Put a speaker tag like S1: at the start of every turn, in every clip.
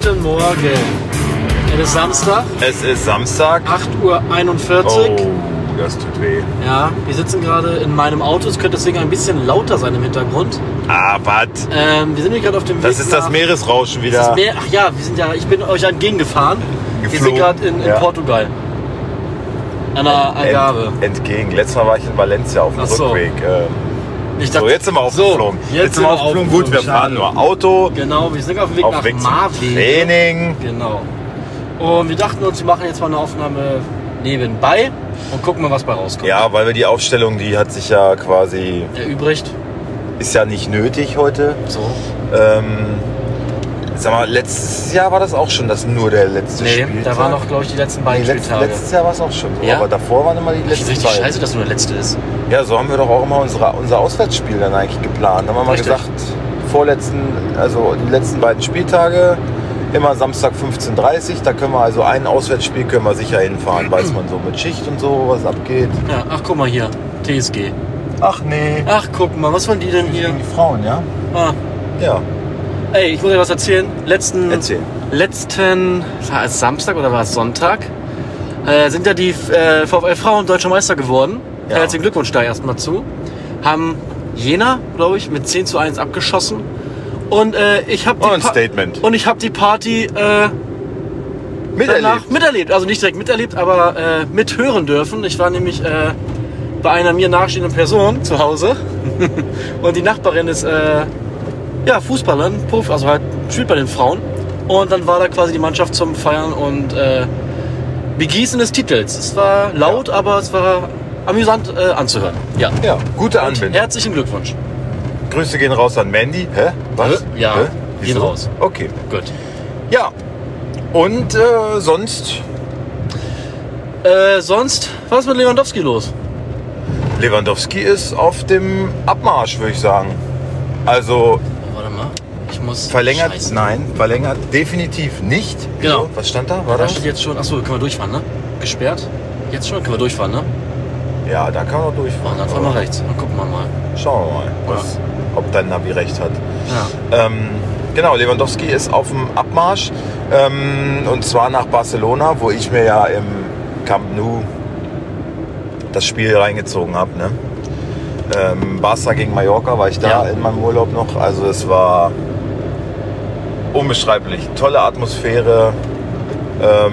S1: Guten Morgen. Es ist Samstag,
S2: Es ist Samstag.
S1: 8.41
S2: Oh.
S1: Uhr.
S2: das tut weh.
S1: Ja, wir sitzen gerade in meinem Auto. Es könnte deswegen ein bisschen lauter sein im Hintergrund.
S2: Ah, was?
S1: Ähm, wir sind nämlich gerade auf dem Weg.
S2: Das ist das
S1: nach-
S2: Meeresrauschen
S1: Das ist
S2: wieder.
S1: Meer. Ach ja, wir sind ja, ich bin euch entgegengefahren. Wir sind
S2: Geflogen,
S1: gerade in, in
S2: ja. Äh,
S1: Portugal. An der Algarve.
S2: Ent, entgegen. Letztes Mal war ich in Valencia auf dem
S1: Ach so.
S2: Rückweg. Ähm,
S1: Ich
S2: so, jetzt sind wir aufgeflogen.
S1: So, jetzt, sind wir aufgeflogen.
S2: Gut, wir fahren
S1: Schade.
S2: nur Auto.
S1: Genau, wir sind auf dem Weg
S2: Auf
S1: nach
S2: Weg zum
S1: Marwegen.
S2: Training.
S1: Genau. Und wir dachten uns, wir machen jetzt mal eine Aufnahme nebenbei und gucken mal, was bei rauskommt.
S2: Ja, weil wir die Aufstellung, die hat sich ja quasi,
S1: Erübrigt.
S2: ist ja nicht nötig heute.
S1: So.
S2: Ähm, sag mal, letztes Jahr war das auch schon das nur der letzte
S1: Nee,
S2: Spieltag.
S1: da waren noch, glaube ich, die letzten
S2: Nee,
S1: beiden
S2: letzt,
S1: Spieltage.
S2: letztes Jahr war es auch schon so,
S1: Ja?
S2: aber davor waren immer die
S1: Ich find's
S2: letzten
S1: richtig
S2: beiden.
S1: scheiße, dass nur der letzte ist.
S2: Ja, so haben wir doch auch immer unsere, unser Auswärtsspiel dann eigentlich geplant. Haben wir mal
S1: Richtig.
S2: gesagt, vorletzten, also die letzten beiden Spieltage, immer Samstag 15.30 Uhr, da können wir also ein Auswärtsspiel können wir sicher hinfahren, weiß man so mit Schicht und so, was abgeht.
S1: Ja, ach, guck mal hier. TSG.
S2: Ach nee.
S1: Ach, guck mal, was waren die denn hier?
S2: Gegen die Frauen, ja?
S1: Ah,
S2: Ja.
S1: ey, ich muss dir was erzählen. Letzten,
S2: Erzähl.
S1: letzten war es Samstag oder war es Sonntag? Äh, sind ja die äh, VfL Frauen Deutscher Meister geworden.
S2: Ja.
S1: Herzlichen Glückwunsch da erstmal zu. Haben Jena, glaube ich, mit 10 zu 1 abgeschossen. Und äh, ich habe
S2: Und ein Statement.
S1: Und ich habe die Party äh, danach
S2: Miterlebt.
S1: miterlebt. Also nicht direkt miterlebt, aber äh, mithören dürfen. Ich war nämlich äh, bei einer mir nachstehenden Person zu Hause und die Nachbarin ist äh, ja, Fußballerin, Prof, also halt spielt bei den Frauen. Und dann war da quasi die Mannschaft zum Feiern und äh, Begießen des Titels. Es war laut, aber es war amüsant äh, anzuhören. Ja.
S2: Ja, gute Anbindung.
S1: Herzlichen Glückwunsch.
S2: Grüße gehen raus an Mandy. Hä? Was?
S1: Hä? Äh, Ja,
S2: Hä?
S1: gehen
S2: Wieso?
S1: raus.
S2: Okay.
S1: Gut.
S2: Ja. Und äh, sonst
S1: Äh, sonst, was ist mit Lewandowski los?
S2: Lewandowski ist auf dem Abmarsch, würde ich sagen. Also
S1: Warte mal. Ich muss.
S2: verlängert,
S1: Scheiße.
S2: nein, verlängert definitiv nicht.
S1: Genau.
S2: So, Was stand da? War
S1: Da
S2: das?
S1: steht jetzt schon, achso, können wir durchfahren, ne? Gesperrt? Jetzt schon können wir durchfahren, ne?
S2: Ja, da kann man doch
S1: Und
S2: durchfahren.
S1: dann fahren wir rechts. Dann gucken wir mal.
S2: Schauen wir mal,
S1: Ja.
S2: was, ob dein Navi recht hat.
S1: Ja.
S2: Ähm, genau, Lewandowski ist auf dem Abmarsch ähm, und zwar nach Barcelona, wo ich mir ja im Camp Nou das Spiel reingezogen habe. Ne? Ähm, Barca gegen Mallorca war ich da
S1: Ja.
S2: in meinem Urlaub noch. Also es war unbeschreiblich. Tolle Atmosphäre. Ähm,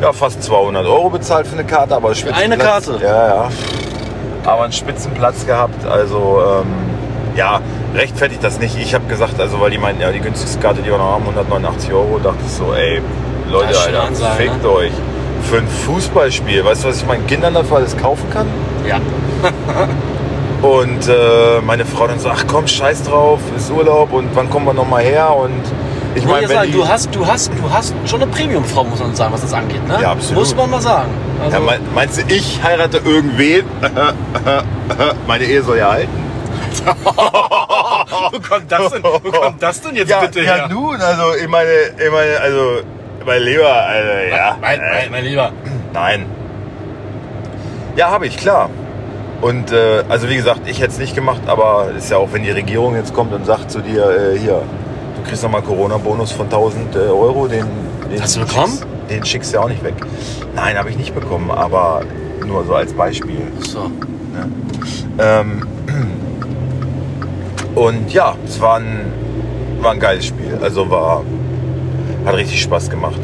S2: ja, fast 200 Euro bezahlt für eine Karte, aber
S1: eine
S2: Spitzenplatz-
S1: Karte?
S2: Ja, ja aber einen Spitzenplatz gehabt. Also ähm, ja, rechtfertigt das nicht. Ich habe gesagt, also weil die meinten, ja, die günstigste Karte, die wir noch haben, 189 Euro, dachte ich so, ey,
S1: Das
S2: Leute,
S1: ist schon
S2: Alter,
S1: Ansage, ne?
S2: fickt euch. Für ein Fußballspiel, weißt du, was ich meinen Kindern dafür alles kaufen kann?
S1: Ja.
S2: Und äh, meine Frau dann so, ach komm, scheiß drauf, ist Urlaub und wann kommen wir nochmal her? Und
S1: Ich
S2: ich
S1: wollte
S2: meine,
S1: ja
S2: wenn
S1: sagen,
S2: die,
S1: du hast, du hast, du hast schon eine Premium-Frau, muss man sagen, was das angeht, ne?
S2: Ja, absolut.
S1: Muss man mal sagen. Also,
S2: ja, mein, meinst du, ich heirate irgendwen? meine Ehe soll ja halten.
S1: wo kommt das denn, wo kommt das denn jetzt
S2: ja,
S1: bitte
S2: ja,
S1: her?
S2: nun, also ich meine, ich meine, also mein Lieber, also ja.
S1: Mein, mein, mein Lieber.
S2: äh, nein. Ja, habe ich, klar. Und äh, also wie gesagt, ich hätte es nicht gemacht, aber ist ja auch, wenn die Regierung jetzt kommt und sagt zu dir, äh, hier, du kriegst nochmal Corona-Bonus von 1000 äh, Euro, den, den
S1: Hast du bekommen?
S2: schickst- Den schickst du ja auch nicht weg. Nein, habe ich nicht bekommen, aber nur so als Beispiel.
S1: So.
S2: Ähm, und ja, es war ein, war ein geiles Spiel. Also war, hat richtig Spaß gemacht.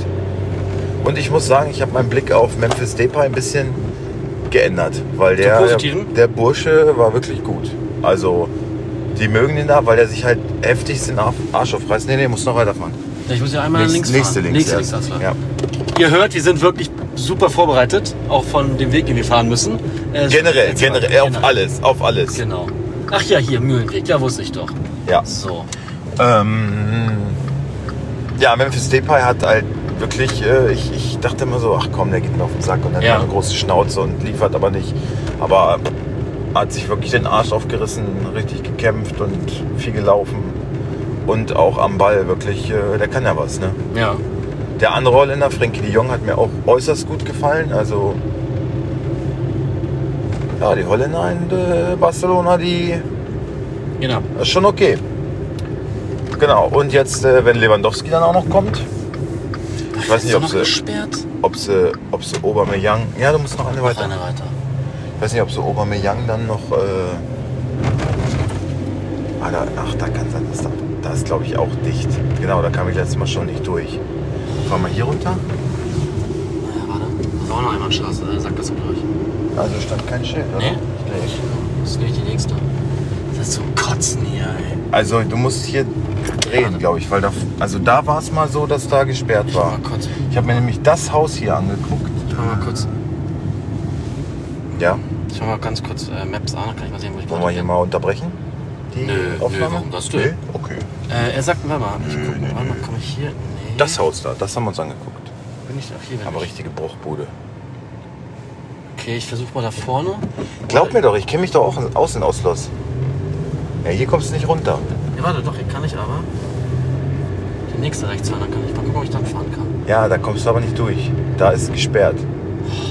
S2: Und ich muss sagen, ich habe meinen Blick auf Memphis Depay ein bisschen geändert, weil der,
S1: Positiven?
S2: der Bursche war wirklich gut. Also die mögen den da, weil der sich halt heftig den Arsch aufreißt. Nee, nee, muss noch weiterfahren.
S1: Ich muss ja einmal links,
S2: nächste
S1: fahren.
S2: links.
S1: Nächste
S2: erst.
S1: links, das war.
S2: ja.
S1: ihr hört, die sind wirklich super vorbereitet, auch von dem Weg, den wir fahren müssen. Äh,
S2: Generell,
S1: erzähl mal.
S2: generell, auf
S1: Genau.
S2: alles, auf alles.
S1: Genau. Ach ja, hier, Mühlenweg, ja, wusste ich doch.
S2: Ja.
S1: So.
S2: Ähm, ja, Memphis Depay hat halt wirklich, äh, ich, ich dachte immer so, ach komm, der geht mir auf den Sack und dann
S1: Ja.
S2: hat er eine große Schnauze und liefert aber nicht. Aber hat sich wirklich den Arsch aufgerissen, richtig gekämpft und viel gelaufen. Und auch am Ball wirklich, äh, der kann ja was. Ne?
S1: Ja.
S2: Der andere Holländer, Frenkie de Jong, hat mir auch äußerst gut gefallen. Also, ja, die Holländer in äh, Barcelona, die
S1: Genau.
S2: das ist schon okay. Genau, und jetzt, äh, wenn Lewandowski dann auch noch kommt, ich weiß
S1: Ist
S2: nicht,
S1: doch
S2: ob
S1: noch
S2: sie,
S1: gesperrt?
S2: ob sie, ob sie Aubameyang, ja, du musst noch eine
S1: Noch
S2: weiter.
S1: einer weiter.
S2: Ich weiß nicht, ob sie Aubameyang dann noch, äh, ah, da, ach, da kann sein, dass da, da ist, glaube ich, auch dicht. Genau, da kam ich letztes Mal schon nicht durch. Fahren wir hier runter?
S1: Ja, warte. Da war noch einmal Straße, äh, sag das gleich.
S2: Also stand kein Schild, oder?
S1: Nee.
S2: Nee.
S1: Das ist gleich die nächste. Das ist zum Kotzen hier, ey.
S2: Also du musst hier drehen, glaube ich, weil da, also da war es mal so, dass da gesperrt war.
S1: Mal kurz.
S2: Ich habe mir nämlich das Haus hier angeguckt.
S1: Ich mach mal kurz.
S2: Ja,
S1: Ich mach mal ganz kurz äh, Maps an, dann kann ich mal sehen, wo ich
S2: wollen wir hier
S1: bin.
S2: mal unterbrechen? Die
S1: Nö, nö,
S2: Aufnahme?
S1: warum das denn?
S2: Nö? Okay.
S1: Äh, er sagt mir mal, ich guck
S2: Nö,
S1: mal,
S2: nö,
S1: wann
S2: nö.
S1: komme ich hier? Nee.
S2: Das Haus da, das haben wir uns angeguckt.
S1: Bin ich ach, hier bin
S2: Aber
S1: ich.
S2: richtige Bruchbude.
S1: Okay, ich versuche mal da vorne.
S2: Glaub mir doch, ich kenne mich doch auch aus in Oslos. Ja, hier kommst du nicht runter.
S1: Ja, warte, doch, hier kann ich aber. Die nächste rechts fahren, dann kann ich mal gucken, ob ich dann fahren kann.
S2: Ja, da kommst du aber nicht durch. Da ist gesperrt.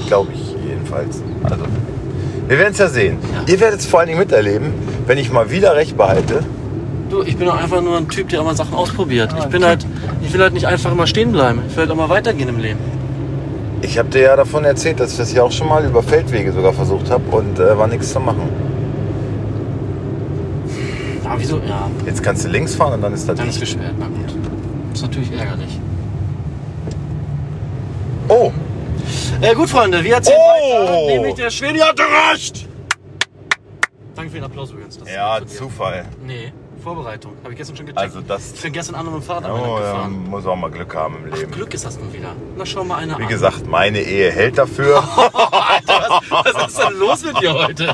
S2: Glaube ich jedenfalls. Also, wir werden es ja sehen.
S1: Ja.
S2: Ihr werdet es vor allen Dingen miterleben, wenn ich mal wieder recht behalte.
S1: Du, ich bin doch einfach nur ein Typ, der auch mal Sachen ausprobiert. Ich bin halt, ich will halt nicht einfach immer stehen bleiben. Ich will halt auch mal weitergehen im Leben.
S2: Ich habe dir ja davon erzählt, dass ich das hier auch schon mal über Feldwege sogar versucht habe und äh, war nichts zu machen.
S1: Aber wieso? Ja,
S2: Jetzt kannst du links fahren und dann ist da
S1: dann ist
S2: dicht.
S1: gesperrt. Na gut. Ist natürlich ärgerlich.
S2: Oh,
S1: Äh, gut, Freunde, wir erzählen
S2: Oh!
S1: weiter. Nämlich der Schwede hatte recht. Danke für den Applaus übrigens. Das
S2: ja,
S1: ist von dir.
S2: Zufall.
S1: Nee, Vorbereitung. Habe ich gestern schon gecheckt.
S2: Also das-
S1: Ich bin gestern an einem Fahrrad
S2: Oh, ja,
S1: gefahren.
S2: muss auch mal Glück haben im Leben.
S1: Glück ist das nun wieder. Na, schau mal einer
S2: Wie
S1: an.
S2: gesagt, meine Ehe hält dafür.
S1: Oh, Was ist denn los mit dir heute?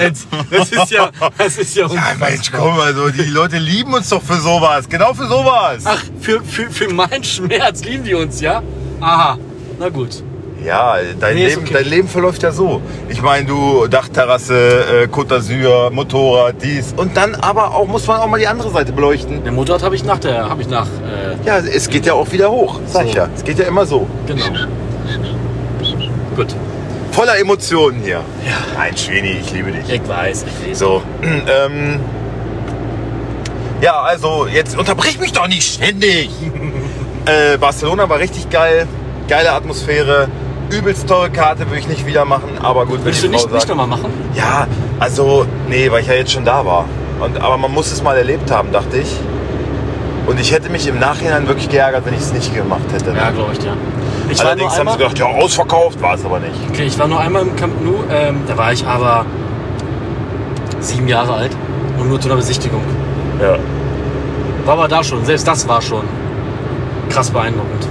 S1: Jetzt, Das ist ja, das ist ja
S2: Ja,
S1: unfassbar.
S2: Mensch, komm, also die Leute lieben uns doch für sowas. Genau für sowas.
S1: Ach, für, für, für meinen Schmerz lieben die uns, ja? Aha, na gut.
S2: Ja, dein,
S1: Nee, ist
S2: Leben,
S1: okay.
S2: dein Leben verläuft ja so. Ich meine, du Dachterrasse, äh, Côte d'Azur, Motorrad, dies. Und dann aber auch muss man auch mal die andere Seite beleuchten.
S1: Den Motorrad habe ich nach der, habe ich nach, äh,
S2: Ja, es geht ja auch wieder hoch, sag ich
S1: So.
S2: ja. Es geht ja immer so.
S1: genau. Gut.
S2: Voller Emotionen hier. Nein, Schweni, ich liebe dich.
S1: Ich weiß, ich weiß.
S2: So, ähm, ja, also jetzt unterbrich mich doch nicht ständig. äh, Barcelona war richtig geil, geile Atmosphäre, übelst teure Karte würde ich nicht wieder machen, aber gut, wenn
S1: Willst
S2: die
S1: du
S2: Frau
S1: nicht,
S2: sagt,
S1: nicht nochmal machen?
S2: Ja, also, nee, weil ich ja jetzt schon da war. Und, aber man muss es mal erlebt haben, dachte ich. Und ich hätte mich im Nachhinein wirklich geärgert, wenn ich es nicht gemacht hätte.
S1: Ja, glaube ich, ja. Ich war nur
S2: Allerdings haben
S1: einmal-
S2: sie gedacht, ja, ausverkauft war es aber nicht.
S1: Okay, ich war nur einmal im Camp Nou, ähm, da war ich aber sieben Jahre alt und nur zu einer Besichtigung.
S2: Ja.
S1: War aber da schon, selbst das war schon krass beeindruckend.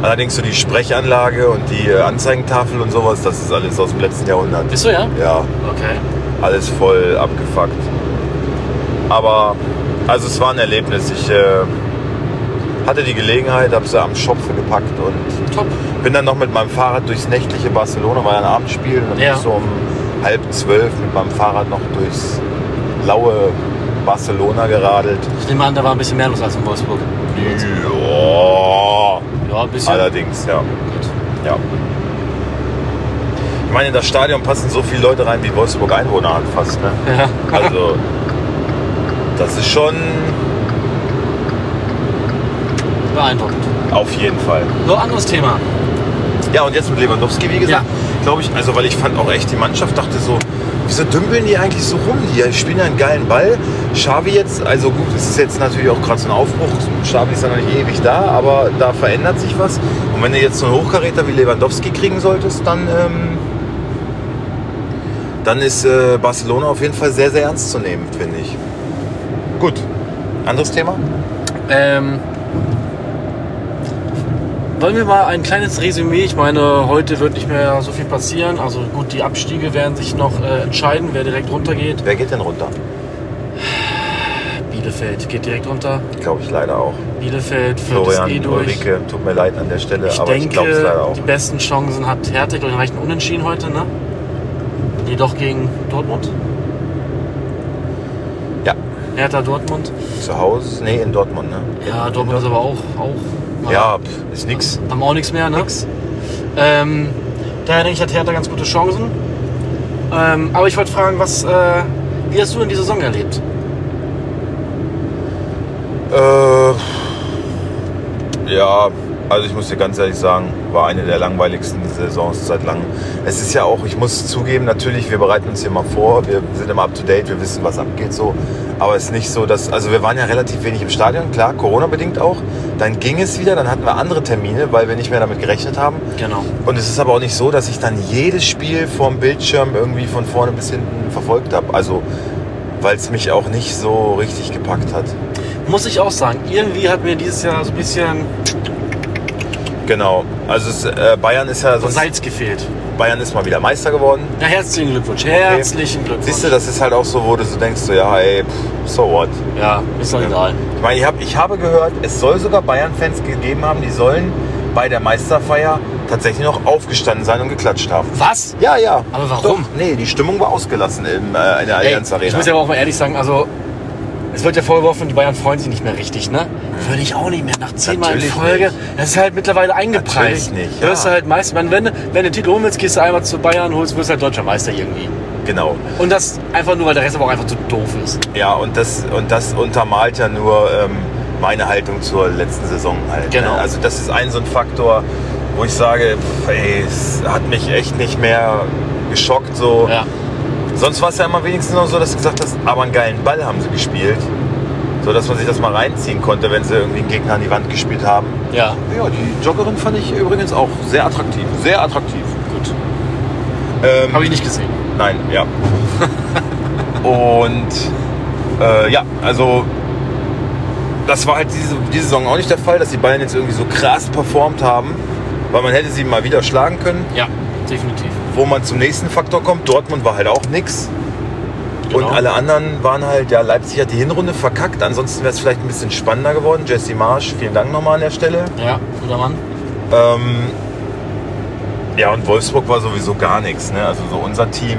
S2: Allerdings so die Sprechanlage und die äh, Anzeigentafel und sowas, das ist alles aus dem letzten Jahrhundert.
S1: Bist du ja?
S2: Ja,
S1: Okay.
S2: alles voll abgefuckt. Aber, also es war ein Erlebnis. Ich äh, hatte die Gelegenheit, habe sie am Schopfe gepackt und
S1: Top.
S2: bin dann noch mit meinem Fahrrad durchs nächtliche Barcelona, war ja ein Abendspiel. Und dann
S1: Ja.
S2: bin ich so um halb zwölf mit meinem Fahrrad noch durchs laue Barcelona geradelt.
S1: Ich nehme an, da war ein bisschen mehr los als in Wolfsburg.
S2: Ja,
S1: Ja, ein bisschen.
S2: allerdings, ja.
S1: Gut.
S2: ja. Ich meine, in das Stadion passen so viele Leute rein, wie Wolfsburg Einwohner hat fast. Ne?
S1: Ja.
S2: Also, das ist schon
S1: Beeindruckend.
S2: auf jeden Fall.
S1: So, anderes Thema.
S2: Ja, und jetzt mit Lewandowski, wie gesagt, glaube ich, also weil ich fand auch echt, die Mannschaft dachte so, wieso dümpeln die eigentlich so rum? Die spielen ja einen geilen Ball. Xavi jetzt, also gut, es ist jetzt natürlich auch gerade so ein Aufbruch. Xavi ist ja noch nicht ewig da, aber da verändert sich was. Und wenn du jetzt so einen Hochkaräter wie Lewandowski kriegen solltest, dann, ähm, dann ist äh, Barcelona auf jeden Fall sehr, sehr ernst zu nehmen, finde ich. Gut. Anderes Thema?
S1: Ähm, Wollen wir mal ein kleines Resümee? Ich meine, heute wird nicht mehr so viel passieren. Also gut, die Abstiege werden sich noch äh, entscheiden, wer direkt runtergeht.
S2: Wer geht denn runter?
S1: Bielefeld geht direkt runter.
S2: Glaube ich leider auch.
S1: Bielefeld führt es eh
S2: Florian,
S1: durch.
S2: Ulrike, tut mir leid an der Stelle,
S1: Ich
S2: aber ich glaube es leider
S1: denke,
S2: auch.
S1: die besten Chancen hat Hertha und reichen Unentschieden heute, ne? Jedoch gegen Dortmund.
S2: Ja,
S1: Hertha Dortmund.
S2: zu Hause, nee, in Dortmund, ne?
S1: Ja, Dortmund ist aber auch. auch
S2: Ja, pf, ist nix.
S1: Haben auch nichts mehr, ne? Ähm, daher denke ich, hat Hertha ganz gute Chancen. Ähm, aber ich wollte fragen, was, äh, wie hast du denn die Saison erlebt?
S2: Äh, ja, also ich muss dir ganz ehrlich sagen, war eine der langweiligsten Saisons seit langem. Es ist ja auch, ich muss zugeben, natürlich, wir bereiten uns hier mal vor, wir sind immer up to date, wir wissen, was abgeht so. Aber es ist nicht so, dass, also wir waren ja relativ wenig im Stadion, klar, Corona-bedingt auch. Dann ging es wieder, dann hatten wir andere Termine, weil wir nicht mehr damit gerechnet haben.
S1: Genau.
S2: Und es ist aber auch nicht so, dass ich dann jedes Spiel vorm Bildschirm irgendwie von vorne bis hinten verfolgt habe. Also, weil es mich auch nicht so richtig gepackt hat.
S1: Muss ich auch sagen, irgendwie hat mir dieses Jahr so ein bisschen
S2: Genau. Also es, äh, Bayern ist ja sonst,
S1: Salz gefehlt.
S2: Bayern ist mal wieder Meister geworden.
S1: Na, herzlichen Glückwunsch. Herzlichen Glückwunsch.
S2: Siehst du, das ist halt auch so, wo du so denkst, so, ja, ey, pff, so what.
S1: Ja, ist doch egal.
S2: Ich meine, ich, hab, ich habe gehört, es soll sogar Bayern-Fans gegeben haben, die sollen bei der Meisterfeier tatsächlich noch aufgestanden sein und geklatscht haben.
S1: Was?
S2: Ja, ja.
S1: Aber warum?
S2: Doch, nee, die Stimmung war ausgelassen im, äh, in der
S1: Ey,
S2: Allianz Arena.
S1: Ich muss ja aber auch mal ehrlich sagen, also es wird ja vorgeworfen, die Bayern freuen sich nicht mehr richtig, ne? Würde ich auch nicht mehr nach zehnmal in
S2: Hm. Natürlich
S1: Folge.
S2: nicht.
S1: Das ist halt mittlerweile eingepreist.
S2: Natürlich nicht, ja.
S1: Hörst du halt meist, man, wenn, wenn du den Titel holen willst, gehst du einmal zu Bayern, holst, wirst halt deutscher Meister irgendwie.
S2: genau.
S1: Und das einfach nur, weil der Rest aber auch einfach zu doof ist.
S2: Ja, und das, und das untermalt ja nur ähm, meine Haltung zur letzten Saison halt.
S1: Genau.
S2: Ne? Also das ist ein so ein Faktor, wo ich sage, pff, ey, es hat mich echt nicht mehr geschockt. So.
S1: Ja.
S2: Sonst war es ja immer wenigstens noch so, dass du gesagt hast, aber einen geilen Ball haben sie gespielt. So dass man sich das mal reinziehen konnte, wenn sie irgendwie einen Gegner an die Wand gespielt haben.
S1: Ja.
S2: Ja, die Joggerin fand ich übrigens auch sehr attraktiv. Sehr attraktiv.
S1: Gut.
S2: Ähm,
S1: Habe ich nicht gesehen.
S2: Nein, ja. und äh, ja, also das war halt diese, diese Saison auch nicht der Fall, dass die Bayern jetzt irgendwie so krass performt haben, weil man hätte sie mal wieder schlagen können.
S1: Ja, definitiv.
S2: Wo man zum nächsten Faktor kommt, Dortmund war halt auch nix.
S1: Genau.
S2: Und alle anderen waren halt, ja, Leipzig hat die Hinrunde verkackt, ansonsten wäre es vielleicht ein bisschen spannender geworden. Jesse Marsch, vielen Dank nochmal an der Stelle.
S1: Ja, guter Mann.
S2: Ähm, ja, und Wolfsburg war sowieso gar nichts. Ne? Also so unser Team,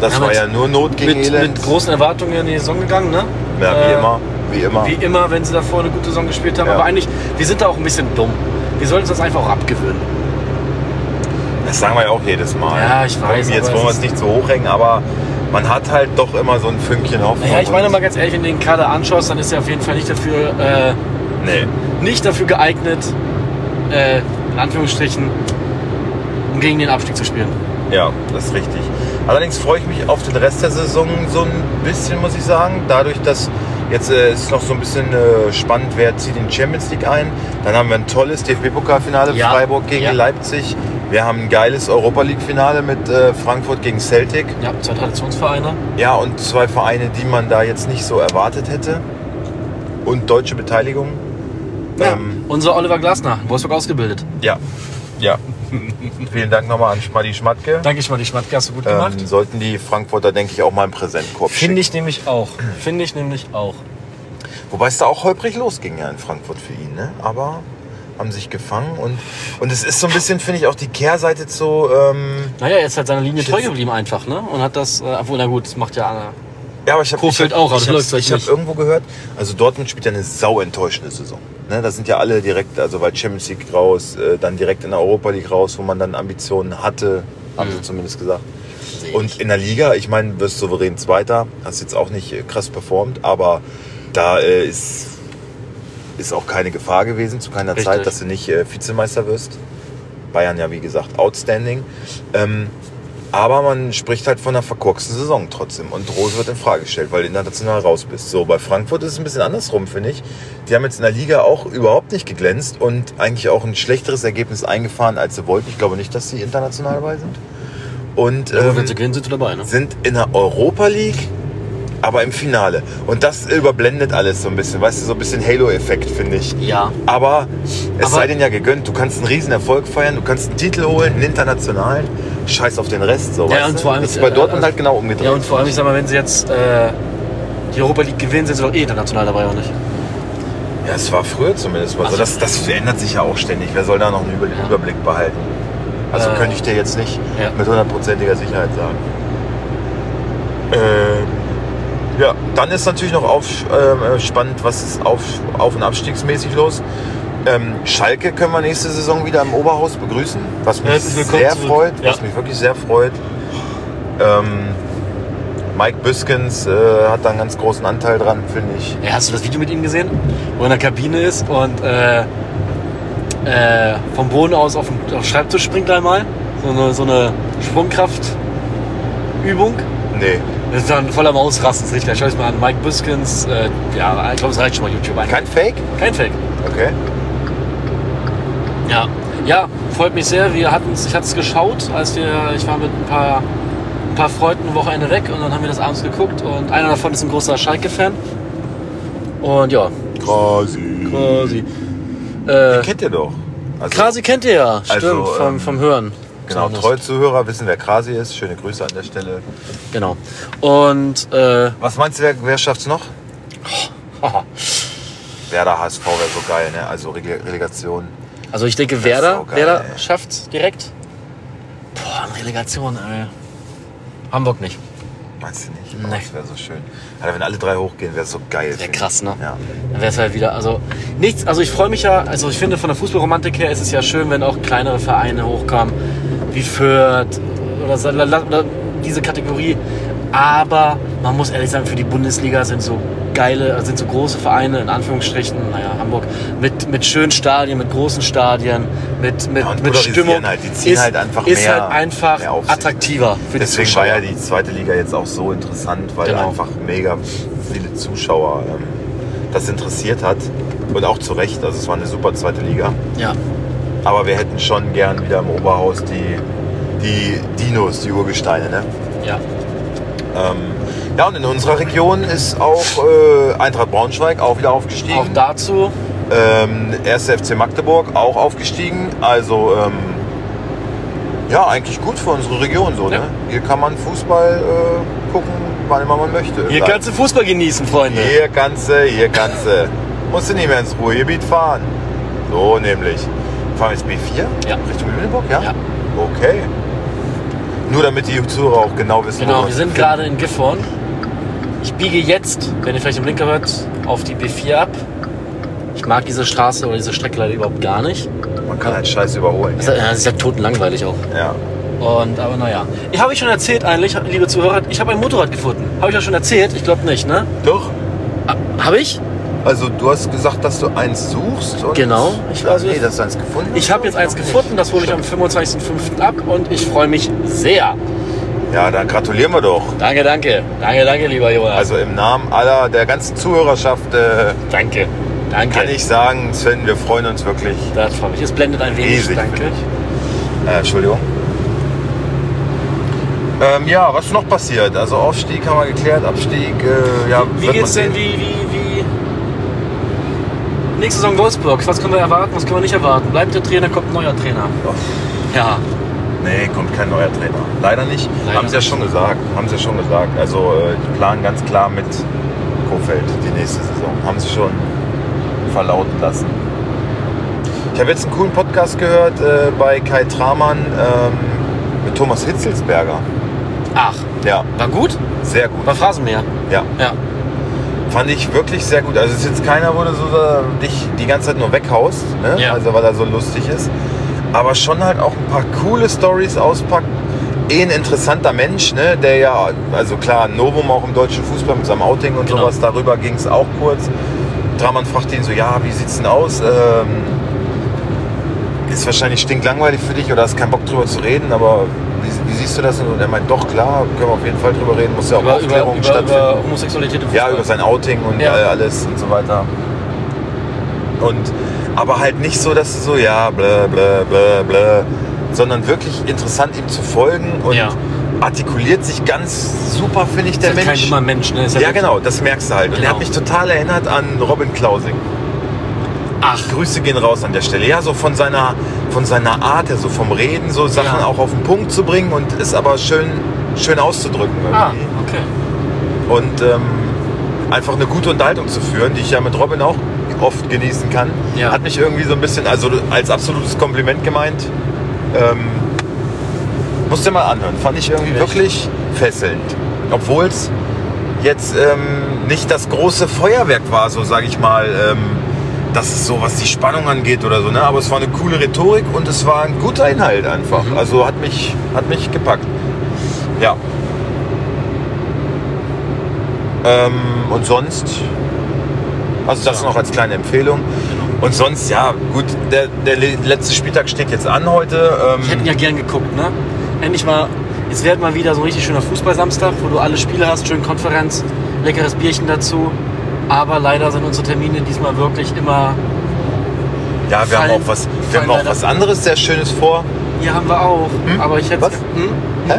S2: das
S1: Ja,
S2: war
S1: mit-
S2: ja nur Not gegen
S1: Mit,
S2: Elend.
S1: mit großen Erwartungen in die Saison gegangen, ne?
S2: ja, wie
S1: Äh,
S2: immer, wie immer.
S1: Wie immer, wenn sie da vorne eine gute Saison gespielt haben.
S2: Ja.
S1: Aber eigentlich, wir sind da auch ein bisschen dumm. Wir sollten uns das einfach auch abgewöhnen.
S2: Das sagen wir ja auch jedes Mal.
S1: Ja, ich weiß,
S2: Irgendwie Jetzt
S1: aber
S2: wollen wir
S1: es
S2: es nicht so hochhängen, aber man hat halt doch immer so ein Fünkchen Hoffnung.
S1: Ja, ich meine
S2: und-
S1: mal ganz ehrlich, wenn du den Kader anschaust, dann ist er auf jeden Fall nicht dafür, äh,
S2: Nee,
S1: nicht dafür geeignet, äh, in Anführungsstrichen, um gegen den Abstieg zu spielen.
S2: ja, das ist richtig. Allerdings freue ich mich auf den Rest der Saison so ein bisschen, muss ich sagen. Dadurch, dass jetzt äh, ist noch so ein bisschen äh, spannend, wer zieht in die Champions League ein. Dann haben wir ein tolles DFB-Pokalfinale
S1: Ja.
S2: Freiburg gegen
S1: Ja.
S2: Leipzig. Wir haben ein geiles Europa League-Finale mit äh, Frankfurt gegen Celtic.
S1: Ja, zwei Traditionsvereine.
S2: Ja, und zwei Vereine, die man da jetzt nicht so erwartet hätte. Und deutsche Beteiligung. Ähm,
S1: Unser Oliver Glasner, in Wolfsburg ausgebildet.
S2: ja. Ja. Vielen Dank nochmal an Schmaddi Schmatke.
S1: Danke ich mal, die Schmatke hast du gut gemacht.
S2: Ähm, sollten die Frankfurter, denke ich, auch mal einen Präsentkorb schicken.
S1: Finde ich nämlich auch. Finde ich nämlich auch.
S2: Wobei es da auch holprig losging ja in Frankfurt für ihn, ne? Aber haben sich gefangen und, und es ist so ein bisschen, finde ich, auch die Kehrseite zu. Ähm,
S1: Naja, jetzt hat seine Linie
S2: Shit.
S1: treu geblieben einfach, ne? Und hat das, äh, obwohl, na gut, das macht ja Anna.
S2: ja, aber ich habe
S1: Kofeld auch, aber das
S2: ich
S1: läuft
S2: habe
S1: vielleicht
S2: ich hab
S1: nicht.
S2: irgendwo gehört, also Dortmund spielt ja eine sau enttäuschende Saison. Ne? Da sind ja alle direkt, also weil Champions League raus, äh, dann direkt in der Europa League raus, wo man dann Ambitionen hatte, haben
S1: Mhm.
S2: sie zumindest gesagt. Und in der Liga, ich meine, wirst souverän Zweiter, hast jetzt auch nicht äh, krass performt, aber da äh, ist, ist auch keine Gefahr gewesen, zu keiner
S1: Richtig.
S2: Zeit, dass du nicht äh, Vizemeister wirst. Bayern ja, wie gesagt, outstanding. Ähm, aber man spricht halt von einer verkorksten Saison trotzdem. Und Rose wird in Frage gestellt, weil du international raus bist. So, bei Frankfurt ist es ein bisschen andersrum, finde ich. Die haben jetzt in der Liga auch überhaupt nicht geglänzt und eigentlich auch ein schlechteres Ergebnis eingefahren, als sie wollten. Ich glaube nicht, dass sie international dabei sind. Und
S1: Aber
S2: ähm,
S1: wenn sie gewinnen, sind sie dabei, ne?
S2: sind in der Europa League aber im Finale. Und das überblendet alles so ein bisschen, weißt du, so ein bisschen Halo-Effekt, finde ich.
S1: Ja.
S2: Aber es
S1: Aber-
S2: sei denen ja gegönnt, du kannst einen Riesenerfolg feiern, du kannst einen Titel holen, einen internationalen, scheiß auf den Rest, so,
S1: Ja,
S2: weißt
S1: und
S2: du?
S1: vor allem- äh,
S2: Das ist bei Dortmund halt genau umgedreht.
S1: Ja, und vor allem, ich sag mal, wenn sie jetzt äh, die Europa League gewinnen, sind sie doch eh international dabei, oder nicht?
S2: Ja, es war früher zumindest mal so.
S1: Ach so.
S2: Das, das verändert sich ja auch ständig. Wer soll da noch einen Über
S1: Also Ja.
S2: Überblick behalten? Also
S1: Äh.
S2: könnte ich dir jetzt nicht
S1: Ja.
S2: mit hundertprozentiger Sicherheit sagen. Ähm, ja, dann ist natürlich noch auf, ähm, spannend, was ist auf, auf- und abstiegsmäßig los. Ähm, Schalke können wir nächste Saison wieder im Oberhaus begrüßen, was mich
S1: Herzlich willkommen
S2: sehr
S1: zurück.
S2: freut,
S1: Ja.
S2: was mich wirklich sehr freut. Ähm, Mike Biskins äh, hat da einen ganz großen Anteil dran, finde ich.
S1: Ja, hast du das Video mit ihm gesehen? Wo er in der Kabine ist und äh, äh, vom Boden aus auf den, auf den Schreibtisch springt einmal. So eine, so eine Sprungkraftübung.
S2: Nee,
S1: Das ist dann voll am Ausrasten, das ist richtig. Schau ich mal an. Mike Biskins, äh, ja, ich glaube, es reicht schon mal YouTube ein.
S2: kein Fake?
S1: Kein Fake.
S2: Okay.
S1: Ja. Ja, freut mich sehr. Wir hatten's, ich hatte es geschaut, als wir, ich war mit ein paar, ein paar Freunden ein Wochenende weg und dann haben wir das abends geguckt und einer davon ist ein großer Schalke-Fan. Und ja,
S2: Quasi.
S1: quasi. Äh,
S2: Kennt ihr doch. Also,
S1: Krasi kennt ihr ja, stimmt,
S2: Also, ähm,
S1: vom, vom Hören.
S2: Genau,
S1: Zumindest.
S2: treue Zuhörer wissen, wer Krasi ist. Schöne Grüße an der Stelle.
S1: Genau. Und, äh,
S2: Was meinst du, wer, wer schafft's noch?
S1: haha.
S2: Werder HSV wäre so geil, ne? Also Rele- Relegation.
S1: also ich denke,
S2: ist
S1: Werder,
S2: saugeil,
S1: Werder
S2: ey.
S1: schafft's direkt. Boah, eine Relegation, ey. Hamburg nicht.
S2: Meinst du nicht?
S1: Nee.
S2: Oh, Das wäre so schön. Alter, wenn alle drei hochgehen, wäre so geil.
S1: Wär
S2: finde
S1: krass,
S2: ich.
S1: ne?
S2: Ja.
S1: Dann wäre es halt wieder, also nichts, also ich freue mich ja, also ich finde von der Fußballromantik her ist es ja schön, wenn auch kleinere Vereine hochkommen, wie Fürth oder, so, la- la- oder diese Kategorie. Aber man muss ehrlich sagen, für die Bundesliga sind so geile, also sind so große Vereine, in Anführungsstrichen, naja, Hamburg, mit, mit schönen Stadien, mit großen Stadien, mit, mit,
S2: Ja, und
S1: mit
S2: polarisieren
S1: Stimmung.
S2: halt. Die ziehen
S1: ist,
S2: halt einfach
S1: ist
S2: mehr-
S1: halt einfach
S2: mehr Aufsicht.
S1: attraktiver für die
S2: Deswegen
S1: Zuschauer.
S2: war ja die zweite Liga jetzt auch so interessant, weil
S1: Genau.
S2: einfach mega viele Zuschauer ähm, das interessiert hat. Und auch zu Recht. Also es war eine super zweite Liga.
S1: ja.
S2: Aber wir hätten schon gern wieder im Oberhaus die, die Dinos, die Urgesteine. Ne?
S1: ja.
S2: Ähm, ja, und in unserer Region ist auch äh, Eintracht Braunschweig auch wieder aufgestiegen.
S1: Auch dazu,
S2: Ähm, 1. FC Magdeburg auch aufgestiegen. Also ähm, ja, eigentlich gut für unsere Region. So,
S1: Ja.
S2: ne? Hier kann man Fußball äh, gucken, wann immer man möchte.
S1: hier
S2: Vielleicht.
S1: kannst du Fußball genießen, Freunde.
S2: Hier kannst du, hier kannst du. Musst du nicht mehr ins Ruhrgebiet fahren. So nämlich. Fahren wir jetzt B4?
S1: Ja.
S2: Richtung Lüneburg, ja?
S1: Ja.
S2: Okay. Nur damit die Zuhörer auch genau wissen, wo
S1: Genau, wir
S2: uns
S1: sind
S2: befinden.
S1: gerade in Gifhorn. Ich biege jetzt, wenn ihr vielleicht im Blinker hört, auf die B4 ab. Ich mag diese Straße oder diese Strecke leider überhaupt gar nicht.
S2: Man kann halt Scheiß überholen.
S1: Es ist, ja, es ist ja totenlangweilig auch.
S2: Ja.
S1: Und, aber naja. Ich habe euch schon erzählt eigentlich, liebe Zuhörer, ich habe ein Motorrad gefunden. Habe ich euch schon erzählt? Ich glaube nicht, ne?
S2: Doch.
S1: Ah, Habe ich?
S2: Also du hast gesagt, dass du eins suchst und
S1: Genau. Ich
S2: Ich
S1: weiß
S2: weiß
S1: es.
S2: nee, dass du eins gefunden hast.
S1: Ich habe jetzt eins gefunden, das hole ich am 25.05. ab und ich freue mich sehr.
S2: Ja, dann gratulieren wir doch.
S1: Danke, danke. Danke, danke, lieber Jonas.
S2: Also im Namen aller der ganzen Zuhörerschaft äh,
S1: danke. Danke.
S2: kann ich sagen, Sven, wir freuen uns wirklich.
S1: Das freut mich. Es blendet ein wenig.
S2: Riesig,
S1: danke.
S2: finde Äh, Entschuldigung. Ähm, ja, was ist noch passiert? Also Aufstieg haben wir geklärt, Abstieg, äh, ja,
S1: Wie
S2: wird
S1: geht's
S2: man
S1: denn,
S2: sehen.
S1: wie, wie, wie? Nächste Saison Wolfsburg, was können wir erwarten, was können wir nicht erwarten? Bleibt der Trainer, kommt ein neuer Trainer.
S2: Ach,
S1: Ja.
S2: nee, kommt kein neuer Trainer. Leider nicht.
S1: Leider
S2: Haben sie ja
S1: nicht.
S2: schon gesagt. Haben sie ja schon gesagt. Also äh, die planen ganz klar mit Kofeld die nächste Saison. Haben sie schon verlauten lassen. Ich habe jetzt einen coolen Podcast gehört äh, bei Kai Tramann ähm, mit Thomas Hitzelsberger.
S1: Ach,
S2: Ja,
S1: war gut?
S2: sehr gut.
S1: War Phrasenmäher.
S2: Ja.
S1: Ja.
S2: Fand ich wirklich sehr gut. Also es ist jetzt keiner, wo du so äh, dich die ganze Zeit nur weghaust, ne?
S1: Ja.
S2: also weil er so lustig ist. Aber schon halt auch ein paar coole Stories auspackt. Eh ein interessanter Mensch, ne? der ja, also klar, ein Novum auch im deutschen Fußball mit seinem Outing und
S1: Genau.
S2: sowas, darüber ging es auch kurz. Draman fragt ihn so, ja, wie sieht's denn aus? Ähm, ist wahrscheinlich stinklangweilig für dich oder hast keinen Bock drüber zu reden, aber wie, wie siehst du das? Und er meint, doch, klar, können wir auf jeden Fall drüber reden, muss ja auch
S1: Über, über,
S2: Aufklärung
S1: über,
S2: stattfinden.
S1: über Homosexualität im
S2: Ja,
S1: Fußball.
S2: über sein Outing und
S1: Ja.
S2: all- alles und so weiter. Und aber halt nicht so, dass du so, ja, blä, blä, blä, blä, sondern wirklich interessant ihm zu folgen und
S1: Ja.
S2: artikuliert sich ganz super, finde ich, der
S1: ist ja kein
S2: Mensch.
S1: dummer Mensch, ne? Ist
S2: Ja,
S1: wirklich-
S2: genau, das merkst du halt. Und er
S1: Genau.
S2: hat mich total erinnert an Robin Klausing.
S1: Ach.
S2: Grüße gehen raus an der Stelle. Ja, so von seiner, von seiner Art, her, so vom Reden, so Sachen
S1: Ja.
S2: auch auf den Punkt zu bringen und es aber schön, schön auszudrücken.
S1: Ah,
S2: irgendwie.
S1: okay.
S2: Und ähm, einfach eine gute Unterhaltung zu führen, die ich ja mit Robin auch oft genießen kann,
S1: Ja.
S2: hat mich irgendwie so ein bisschen, also als absolutes Kompliment gemeint. Ähm, musst du dir mal anhören. Fand ich irgendwie
S1: Echt?
S2: wirklich fesselnd. Obwohl es jetzt ähm, nicht das große Feuerwerk war, so sage ich mal, ähm, dass es so, was die Spannung angeht oder so, ne? aber es war eine coole Rhetorik und es war ein guter Inhalt einfach.
S1: Mhm.
S2: Also hat mich, hat mich gepackt. Ja. Ähm, und sonst, also das noch als kleine Empfehlung.
S1: Genau.
S2: Und sonst, ja, gut, der, der le- letzte Spieltag steht jetzt an heute.
S1: Ich
S2: Ähm,
S1: hätte ja gern geguckt, ne? Endlich mal, jetzt wird mal wieder so ein richtig schöner Fußballsamstag, wo du alle Spiele hast, schön Konferenz, leckeres Bierchen dazu. Aber leider sind unsere Termine diesmal wirklich immer.
S2: ja, wir haben
S1: fallen-
S2: auch was, wir
S1: fallen
S2: haben auch
S1: leider-
S2: was anderes sehr Schönes vor.
S1: Hier haben wir auch.
S2: Hm?
S1: Aber ich hätte.
S2: Was?
S1: Hm?
S2: Hä?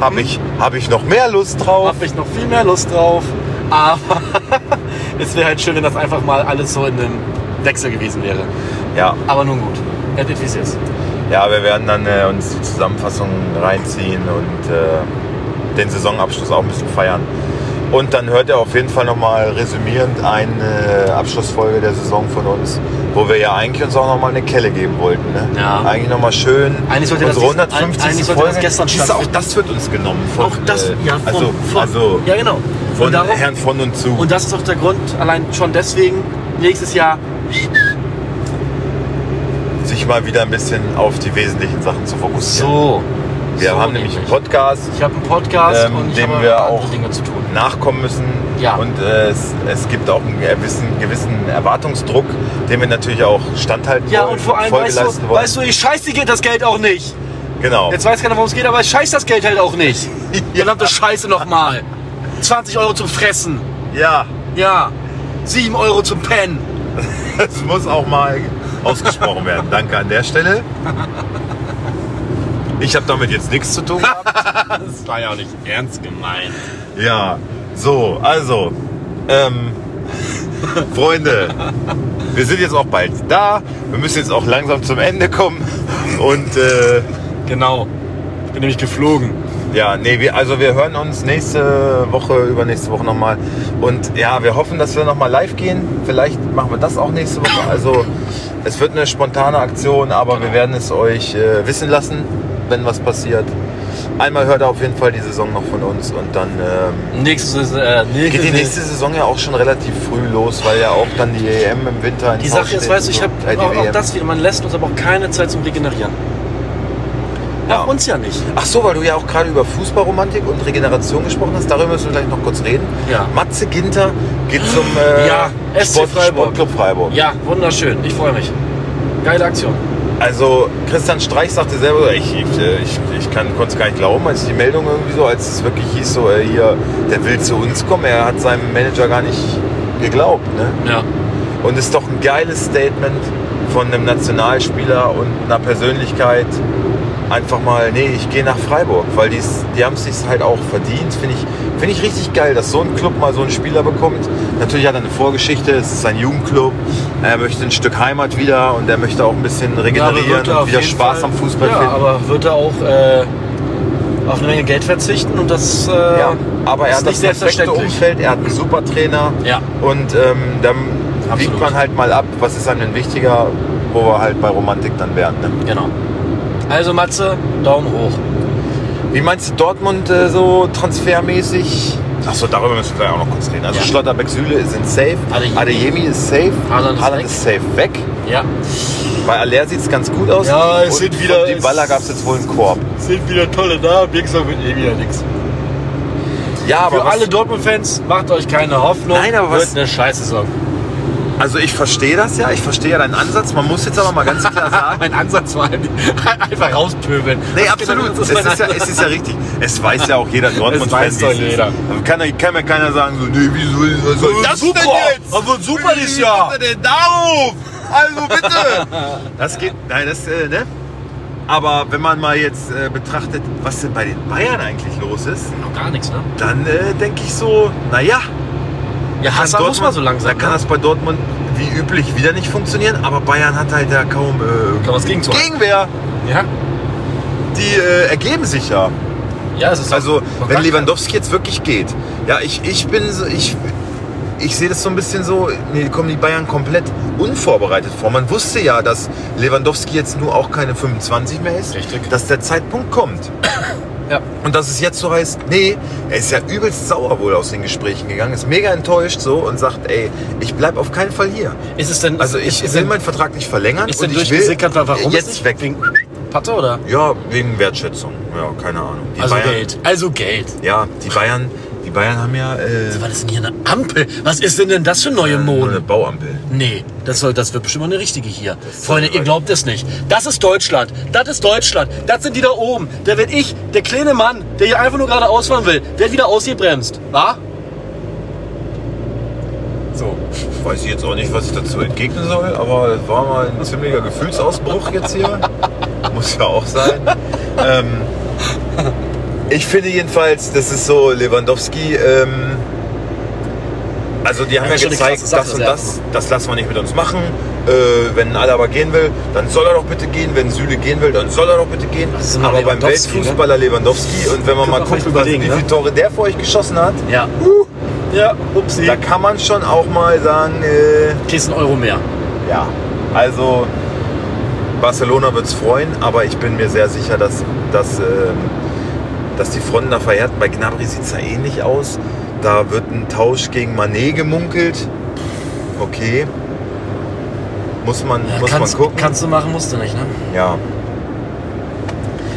S2: Habe ich, hab ich noch mehr Lust drauf?
S1: Habe ich noch viel mehr Lust drauf. Aber es wäre halt schön, wenn das einfach mal alles so in einem Wechsel gewesen wäre.
S2: Ja,
S1: Aber nun gut. Es ist, wie es ist.
S2: ja, wir werden dann äh, uns die Zusammenfassung reinziehen und äh, den Saisonabschluss auch ein bisschen feiern. Und dann hört ihr auf jeden Fall nochmal resümierend eine äh, Abschlussfolge der Saison von uns, wo wir ja eigentlich uns auch nochmal eine Kelle geben wollten. Ne?
S1: Ja.
S2: Eigentlich nochmal schön
S1: Eigentlich sollte das
S2: unsere
S1: dies-
S2: 150.
S1: eigentlich sollte
S2: Folge.
S1: das gestern
S2: Siehst du, auch
S1: stattfinden.
S2: das wird uns genommen. Von,
S1: Auch das,
S2: äh,
S1: ja, von,
S2: also,
S1: von.
S2: also
S1: ja, genau.
S2: von
S1: und, darum,
S2: Herrn von und zu.
S1: und das ist auch der Grund, allein schon deswegen, nächstes Jahr
S2: sich mal wieder ein bisschen auf die wesentlichen Sachen zu fokussieren.
S1: So.
S2: wir
S1: so
S2: haben nämlich einen
S1: nämlich.
S2: Podcast,
S1: Ich habe einen Podcast
S2: ähm,
S1: und ich
S2: dem
S1: habe
S2: wir
S1: andere
S2: auch-
S1: Dinge zu tun.
S2: nachkommen müssen.
S1: Ja.
S2: Und äh, es, es gibt auch einen gewissen, gewissen Erwartungsdruck, den wir natürlich auch standhalten
S1: Ja,
S2: wollen.
S1: und vor allem,
S2: Folge
S1: weißt
S2: leisten
S1: du,
S2: wollen.
S1: weißt du, ich scheiß dir geht das Geld auch nicht.
S2: genau.
S1: Jetzt weiß keiner, worum es geht, aber ich scheiß das Geld halt auch nicht. Verdammte Scheiße nochmal. 20 Euro zum Fressen.
S2: Ja,
S1: Ja. 7 Euro zum Pennen.
S2: das muss auch mal ausgesprochen werden. Danke an der Stelle. Ich habe damit jetzt nichts zu tun.
S1: Das war ja auch nicht ernst gemeint.
S2: Ja, so, also, ähm, Freunde, wir sind jetzt auch bald da. Wir müssen jetzt auch langsam zum Ende kommen. Und äh,
S1: Genau. Ich bin nämlich geflogen.
S2: ja, nee, wir, also wir hören uns nächste Woche, übernächste Woche nochmal. Und ja, wir hoffen, dass wir nochmal live gehen. Vielleicht machen wir das auch nächste Woche. Also, es wird eine spontane Aktion, aber wir werden es euch äh, wissen lassen, wenn was passiert. Einmal hört ihr auf jeden Fall die Saison noch von uns und dann. Ähm,
S1: Nächstes, äh,
S2: Geht
S1: nächstes,
S2: die nächste Saison ja auch schon relativ früh los, weil ja auch dann die EM im Winter in
S1: Die Sache ist, weißt du, ich habe
S2: äh, die
S1: auch, auch
S2: WM.
S1: das wieder. Man lässt uns aber auch keine Zeit zum Regenerieren.
S2: Ja.
S1: Auch uns ja nicht.
S2: Ach so, weil du ja auch gerade über Fußballromantik und Regeneration gesprochen hast, darüber müssen wir gleich noch kurz reden.
S1: Ja.
S2: Matze Ginter geht zum äh,
S1: Ja, SC
S2: Sport,
S1: Freiburg.
S2: Sportclub Freiburg.
S1: Ja, wunderschön. Ich freue mich. Geile Aktion.
S2: Also Christian Streich sagte selber, ich, ich, äh, ich, ich kann, konnte es gar nicht glauben, als ich die Meldung irgendwie so, als es wirklich hieß, so äh, hier, der will zu uns kommen, er hat seinem Manager gar nicht geglaubt. Ne?
S1: Ja.
S2: Und ist doch ein geiles Statement von einem Nationalspieler und einer Persönlichkeit. Einfach mal, nee, ich gehe nach Freiburg, weil die's, die haben es sich halt auch verdient. Finde ich, find ich richtig geil, dass so ein Club mal so einen Spieler bekommt. Natürlich hat er eine Vorgeschichte, es ist ein Jugendclub, er möchte ein Stück Heimat wieder und er möchte auch ein bisschen regenerieren und wieder Spaß am Fußball
S1: ja,
S2: finden.
S1: aber wird er auch äh, auf eine Menge Geld verzichten und das äh,
S2: ja, aber er
S1: ist
S2: hat
S1: nicht
S2: das perfekte
S1: selbstverständlich.
S2: Umfeld, er hat einen super Trainer
S1: Ja.
S2: und ähm, dann
S1: Absolut.
S2: wiegt man halt mal ab, was ist einem denn wichtiger, wo wir halt bei Romantik dann wären. Ne?
S1: Genau. Also Matze, Daumen hoch.
S2: Wie meinst du Dortmund äh, so transfermäßig? Achso, darüber müssen wir auch noch kurz reden. Also
S1: Ja.
S2: Schlotterbeck Süle sind safe,
S1: Adeyemi.
S2: Adeyemi ist safe,
S1: Haaland ist weg.
S2: ist safe weg.
S1: Ja.
S2: Bei Aller sieht es ganz gut aus.
S1: Ja, es
S2: und,
S1: sind wieder-
S2: Und die Baller gab es jetzt wohl einen Korb.
S1: Sind wieder tolle da, Bixer mit eh wieder nix.
S2: Ja, aber
S1: Für
S2: was,
S1: alle Dortmund-Fans, macht euch keine Hoffnung.
S2: Nein, aber
S1: wird
S2: was-
S1: eine scheiße Sorge.
S2: also ich verstehe das ja, ich verstehe ja deinen Ansatz. Man muss jetzt aber mal ganz klar sagen,
S1: mein Ansatz war halt einfach rauspöbeln.
S2: Nee,
S1: Das
S2: absolut.
S1: genau das,
S2: Es
S1: was mein
S2: ist, ja,
S1: Ansatz-
S2: es ist ja richtig. Es weiß ja auch jeder Dortmund-Fan.
S1: weiß
S2: wie es
S1: doch
S2: ist.
S1: jeder.
S2: Kann, ja- kann mir keiner sagen, so, nee, wieso was soll das
S1: Super.
S2: denn jetzt?
S1: Aber super
S2: Wie
S1: dieses Jahr.
S2: kommt er denn darauf? Also bitte. Das geht, nein, das, äh, ne? Aber wenn man mal jetzt äh, betrachtet, was denn bei den Bayern eigentlich los ist,
S1: Noch gar nichts, ne?
S2: dann äh, denke ich so, naja,
S1: Ja, Hassan muss man so langsam.
S2: da kann
S1: ne?
S2: das bei Dortmund wie üblich wieder nicht funktionieren, aber Bayern hat halt da kaum äh,
S1: Kann was gegen zu halten.
S2: Gegenwehr.
S1: Ja,
S2: Die äh, ergeben sich ja.
S1: ja, es ist
S2: Also,
S1: doch
S2: wenn
S1: gar-
S2: Lewandowski jetzt wirklich geht, ja, ich, ich bin so, ich, ich sehe das so ein bisschen so, mir kommen die Bayern komplett unvorbereitet vor. Man wusste ja, dass Lewandowski jetzt nur auch keine 25 mehr ist,
S1: Richtig.
S2: dass der Zeitpunkt kommt.
S1: Ja.
S2: Und dass es jetzt so heißt, nee, er ist ja übelst sauer wohl aus den Gesprächen gegangen, ist mega enttäuscht so und sagt, ey, ich bleib auf keinen Fall hier.
S1: Ist es denn,
S2: Also ich
S1: ist
S2: will
S1: denn-
S2: meinen Vertrag nicht verlängern
S1: ist denn
S2: und ich will
S1: durchgesickert, wa- warum es
S2: jetzt
S1: nicht?
S2: weg.
S1: Wegen Patte oder?
S2: Ja, wegen Wertschätzung. Ja, keine Ahnung. Die
S1: also
S2: Bayern-
S1: Geld. Also Geld.
S2: Ja, die Bayern, die Bayern haben ja äh,
S1: Was ist denn hier eine Ampel? Was ist denn denn das für neue
S2: nur eine
S1: Mode?
S2: Bauampel.
S1: Nee, das, soll, das wird bestimmt mal eine richtige hier.
S2: ist
S1: Freunde,
S2: doch
S1: ihr glaubt es nicht. Das ist Deutschland. Das ist Deutschland. Das sind die da oben. Da wird ich, der kleine Mann, der hier einfach nur gerade ausfahren will, wird wieder ausgebremst. Wa?
S2: So. Weiß ich jetzt auch nicht, was ich dazu entgegnen soll, aber das war mal ein ziemlicher Gefühlsausbruch jetzt hier. Muss ja auch sein. ähm, ich finde jedenfalls, das ist so Lewandowski. Ähm, also die haben ja,
S1: Ja, schon eine
S2: gezeigt,
S1: krasse Sache,
S2: das und
S1: sehr.
S2: das, das lassen wir nicht mit uns machen. Äh, wenn Alaba gehen will, dann soll er doch bitte gehen. Wenn Süle gehen will, dann soll er doch bitte gehen.
S1: Das ist immer
S2: Aber beim
S1: Lewandowski, ne?
S2: Weltfußballer Lewandowski und wenn man
S1: Können
S2: mal
S1: wir
S2: guckt,
S1: vielleicht
S2: was, wie
S1: überlegen, ne?
S2: viele Tore der vor euch geschossen hat,
S1: Ja. Ja, upsi.
S2: da kann man schon auch mal sagen, äh,
S1: Kriegst einen Euro mehr.
S2: ja, also Barcelona wird es freuen, aber ich bin mir sehr sicher, dass, dass, ähm, dass die Fronten da verhärten. Bei Gnabry sieht es ja ähnlich aus. Da wird ein Tausch gegen Manet gemunkelt. Okay. Muss man, muss
S1: kannst,
S2: man gucken.
S1: kannst du machen, musst du nicht, ne?
S2: ja.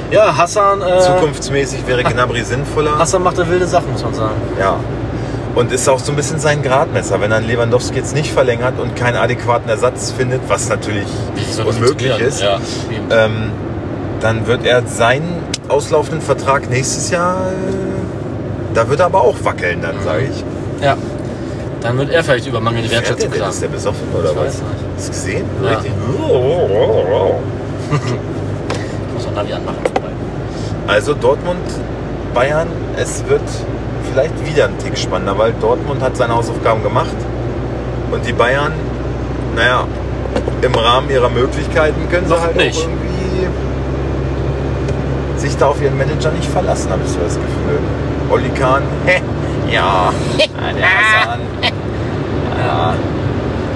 S1: Ja, Hassan, äh,
S2: Zukunftsmäßig wäre Gnabry sinnvoller.
S1: Hassan macht da wilde Sachen, muss man sagen.
S2: Ja. Und ist auch so ein bisschen sein Gradmesser, wenn dann Lewandowski jetzt nicht verlängert und keinen adäquaten Ersatz findet, was natürlich unmöglich ist,
S1: Ja, Äh,
S2: ähm, dann wird er seinen auslaufenden Vertrag nächstes Jahr, äh, da wird er aber auch wackeln dann, sage ich.
S1: ja. Dann wird er vielleicht über mangelnde
S2: Fährt der
S1: Wertschätzung
S2: denn?
S1: klagen.
S2: Ist der besoffen oder
S1: Ich
S2: was?
S1: weiß nicht.
S2: Hast du gesehen?
S1: Ja.
S2: Richtig. Oh,
S1: Ich muss auch Navi anmachen.
S2: Also Dortmund, Bayern, es wird vielleicht wieder ein Tick spannender, weil Dortmund hat seine Hausaufgaben gemacht und die Bayern, naja, im Rahmen ihrer Möglichkeiten können sie
S1: Noch
S2: halt
S1: nicht.
S2: auch irgendwie sich da auf ihren Manager nicht verlassen, habe ich so das Gefühl. Olli Kahn, hä, ja, ja, der Hassan,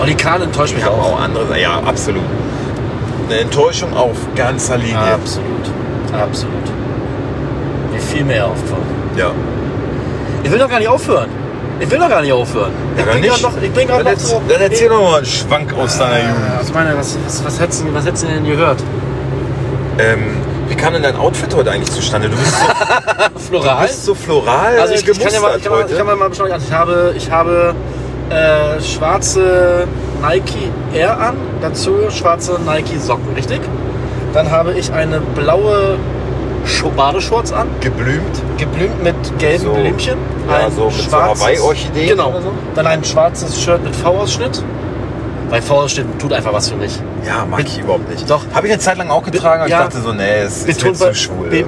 S1: Olli Kahn enttäuscht mich
S2: ich habe
S1: auch.
S2: auch andere, ja, absolut. Eine Enttäuschung auf ganzer Linie.
S1: Absolut. Absolut. Wie viel mehr aufkommen.
S2: Ja.
S1: Ich will doch gar nicht aufhören. Ich will doch gar nicht aufhören.
S2: Ja,
S1: Ich
S2: dann
S1: bin
S2: nicht.
S1: gerade noch, ich bin gerade
S2: Dann
S1: noch so.
S2: erz- Dann erzähl doch mal einen Schwank aus
S1: Ah.
S2: deiner Jugend.
S1: Ja, ich meine, was, was, was, hättest du, was hättest du denn gehört?
S2: Ähm, wie kam denn dein Outfit heute eigentlich zustande? Du bist so,
S1: Floral?
S2: bist so floral
S1: Also ich, ich kann ja mal, ich
S2: gemustert
S1: kann mal, ich kann
S2: heute.
S1: mal, mal beschreiben. Also Ich habe, ich habe äh, schwarze Nike Air an, dazu schwarze Nike Socken, richtig? Dann habe ich eine blaue Scho- Badeshorts an,
S2: Geblümt.
S1: geblümt mit gelben
S2: So.
S1: Blümchen.
S2: Ja, so mit so Hawaii-Orchideen
S1: Genau.
S2: oder so?
S1: Dann ein schwarzes Shirt mit V-Ausschnitt. Weil V-Ausschnitt tut einfach was für mich.
S2: Ja, mag ich überhaupt nicht.
S1: Doch.
S2: Habe ich eine Zeit lang auch getragen, aber
S1: Ja.
S2: ich dachte so, nee, es ist mir
S1: Betont bei-
S2: zu schwul.
S1: Be-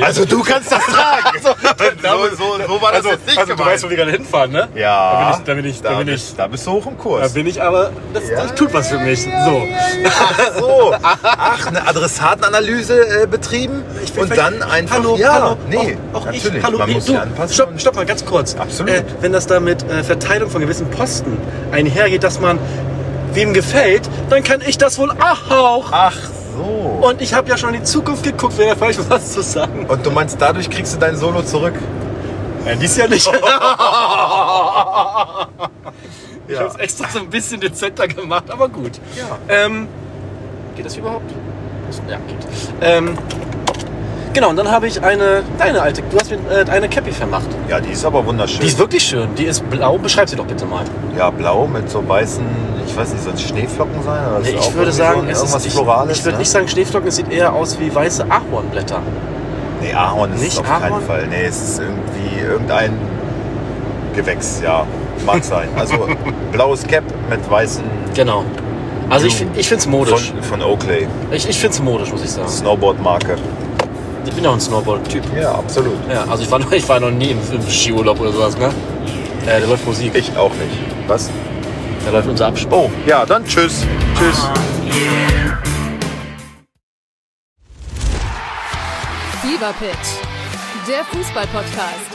S2: also du kannst das tragen. so, so, so war
S1: also-
S2: das jetzt nicht gemeint.
S1: wir gerade hinfahren, ne?
S2: also ja,
S1: Da bin ich- da bin ich- da bin
S2: bist- da bist du hoch im Kurs.
S1: Da bin ich aber, das,
S2: Ja,
S1: das tut was für mich. So.
S2: Ach so, ach, eine Adressatenanalyse äh, betrieben und dann einfach,
S1: Hallo,
S2: ja,
S1: hallo.
S2: nee,
S1: auch, auch
S2: natürlich,
S1: ich, hallo,
S2: man
S1: nee,
S2: muss
S1: du,
S2: sich anpassen.
S1: Stopp, stopp mal ganz kurz.
S2: Absolut.
S1: Äh, wenn das da mit äh, Verteilung von gewissen Posten einhergeht, dass man wem gefällt, dann kann ich das wohl auch.
S2: Ach so.
S1: Und ich habe ja schon in die Zukunft geguckt, wäre ja falsch, was zu sagen.
S2: Und du meinst, dadurch kriegst du dein Solo zurück?
S1: Ja, dies ja nicht. Ich
S2: Ja.
S1: habe es extra so ein bisschen dezenter gemacht, aber gut.
S2: Ja.
S1: Ähm, geht das überhaupt? Ja, geht. Ähm, genau, und dann habe ich eine, deine alte, du hast mir äh, eine Cappy vermacht.
S2: Ja, die ist aber wunderschön.
S1: Die ist wirklich schön. Die ist blau. Beschreib sie doch bitte mal.
S2: ja, blau mit so weißen, ich weiß nicht, sollen es Schneeflocken sein? Oder ist
S1: Nee,
S2: auch
S1: ich würde
S2: irgendwie
S1: sagen,
S2: so
S1: es
S2: irgendwas
S1: ist, ich,
S2: Florales.
S1: ich würde
S2: ne?
S1: nicht sagen Schneeflocken, es sieht eher aus wie weiße Ahornblätter.
S2: nee, Ahorn ist
S1: Nicht
S2: es auf
S1: Ahorn?
S2: keinen Fall. Nee, es ist irgendwie irgendein Gewächs, ja. Mag sein. Also blaues Cap mit weißen
S1: Genau. Also ich, ich finde es modisch.
S2: Von, von Oakley,
S1: Ich, ich finde es modisch, muss ich sagen.
S2: Snowboard-Marke.
S1: Ich bin ja auch ein Snowboard-Typ.
S2: Ja, absolut.
S1: Ja, also ich war noch, ich war noch nie im, im Skiurlaub oder sowas, ne? Äh, da läuft Musik.
S2: Ich auch nicht. Was?
S1: Da läuft unser Abspann.
S2: Oh, ja, dann tschüss. Tschüss.
S3: Fever Pitch, der Fußball-Podcast.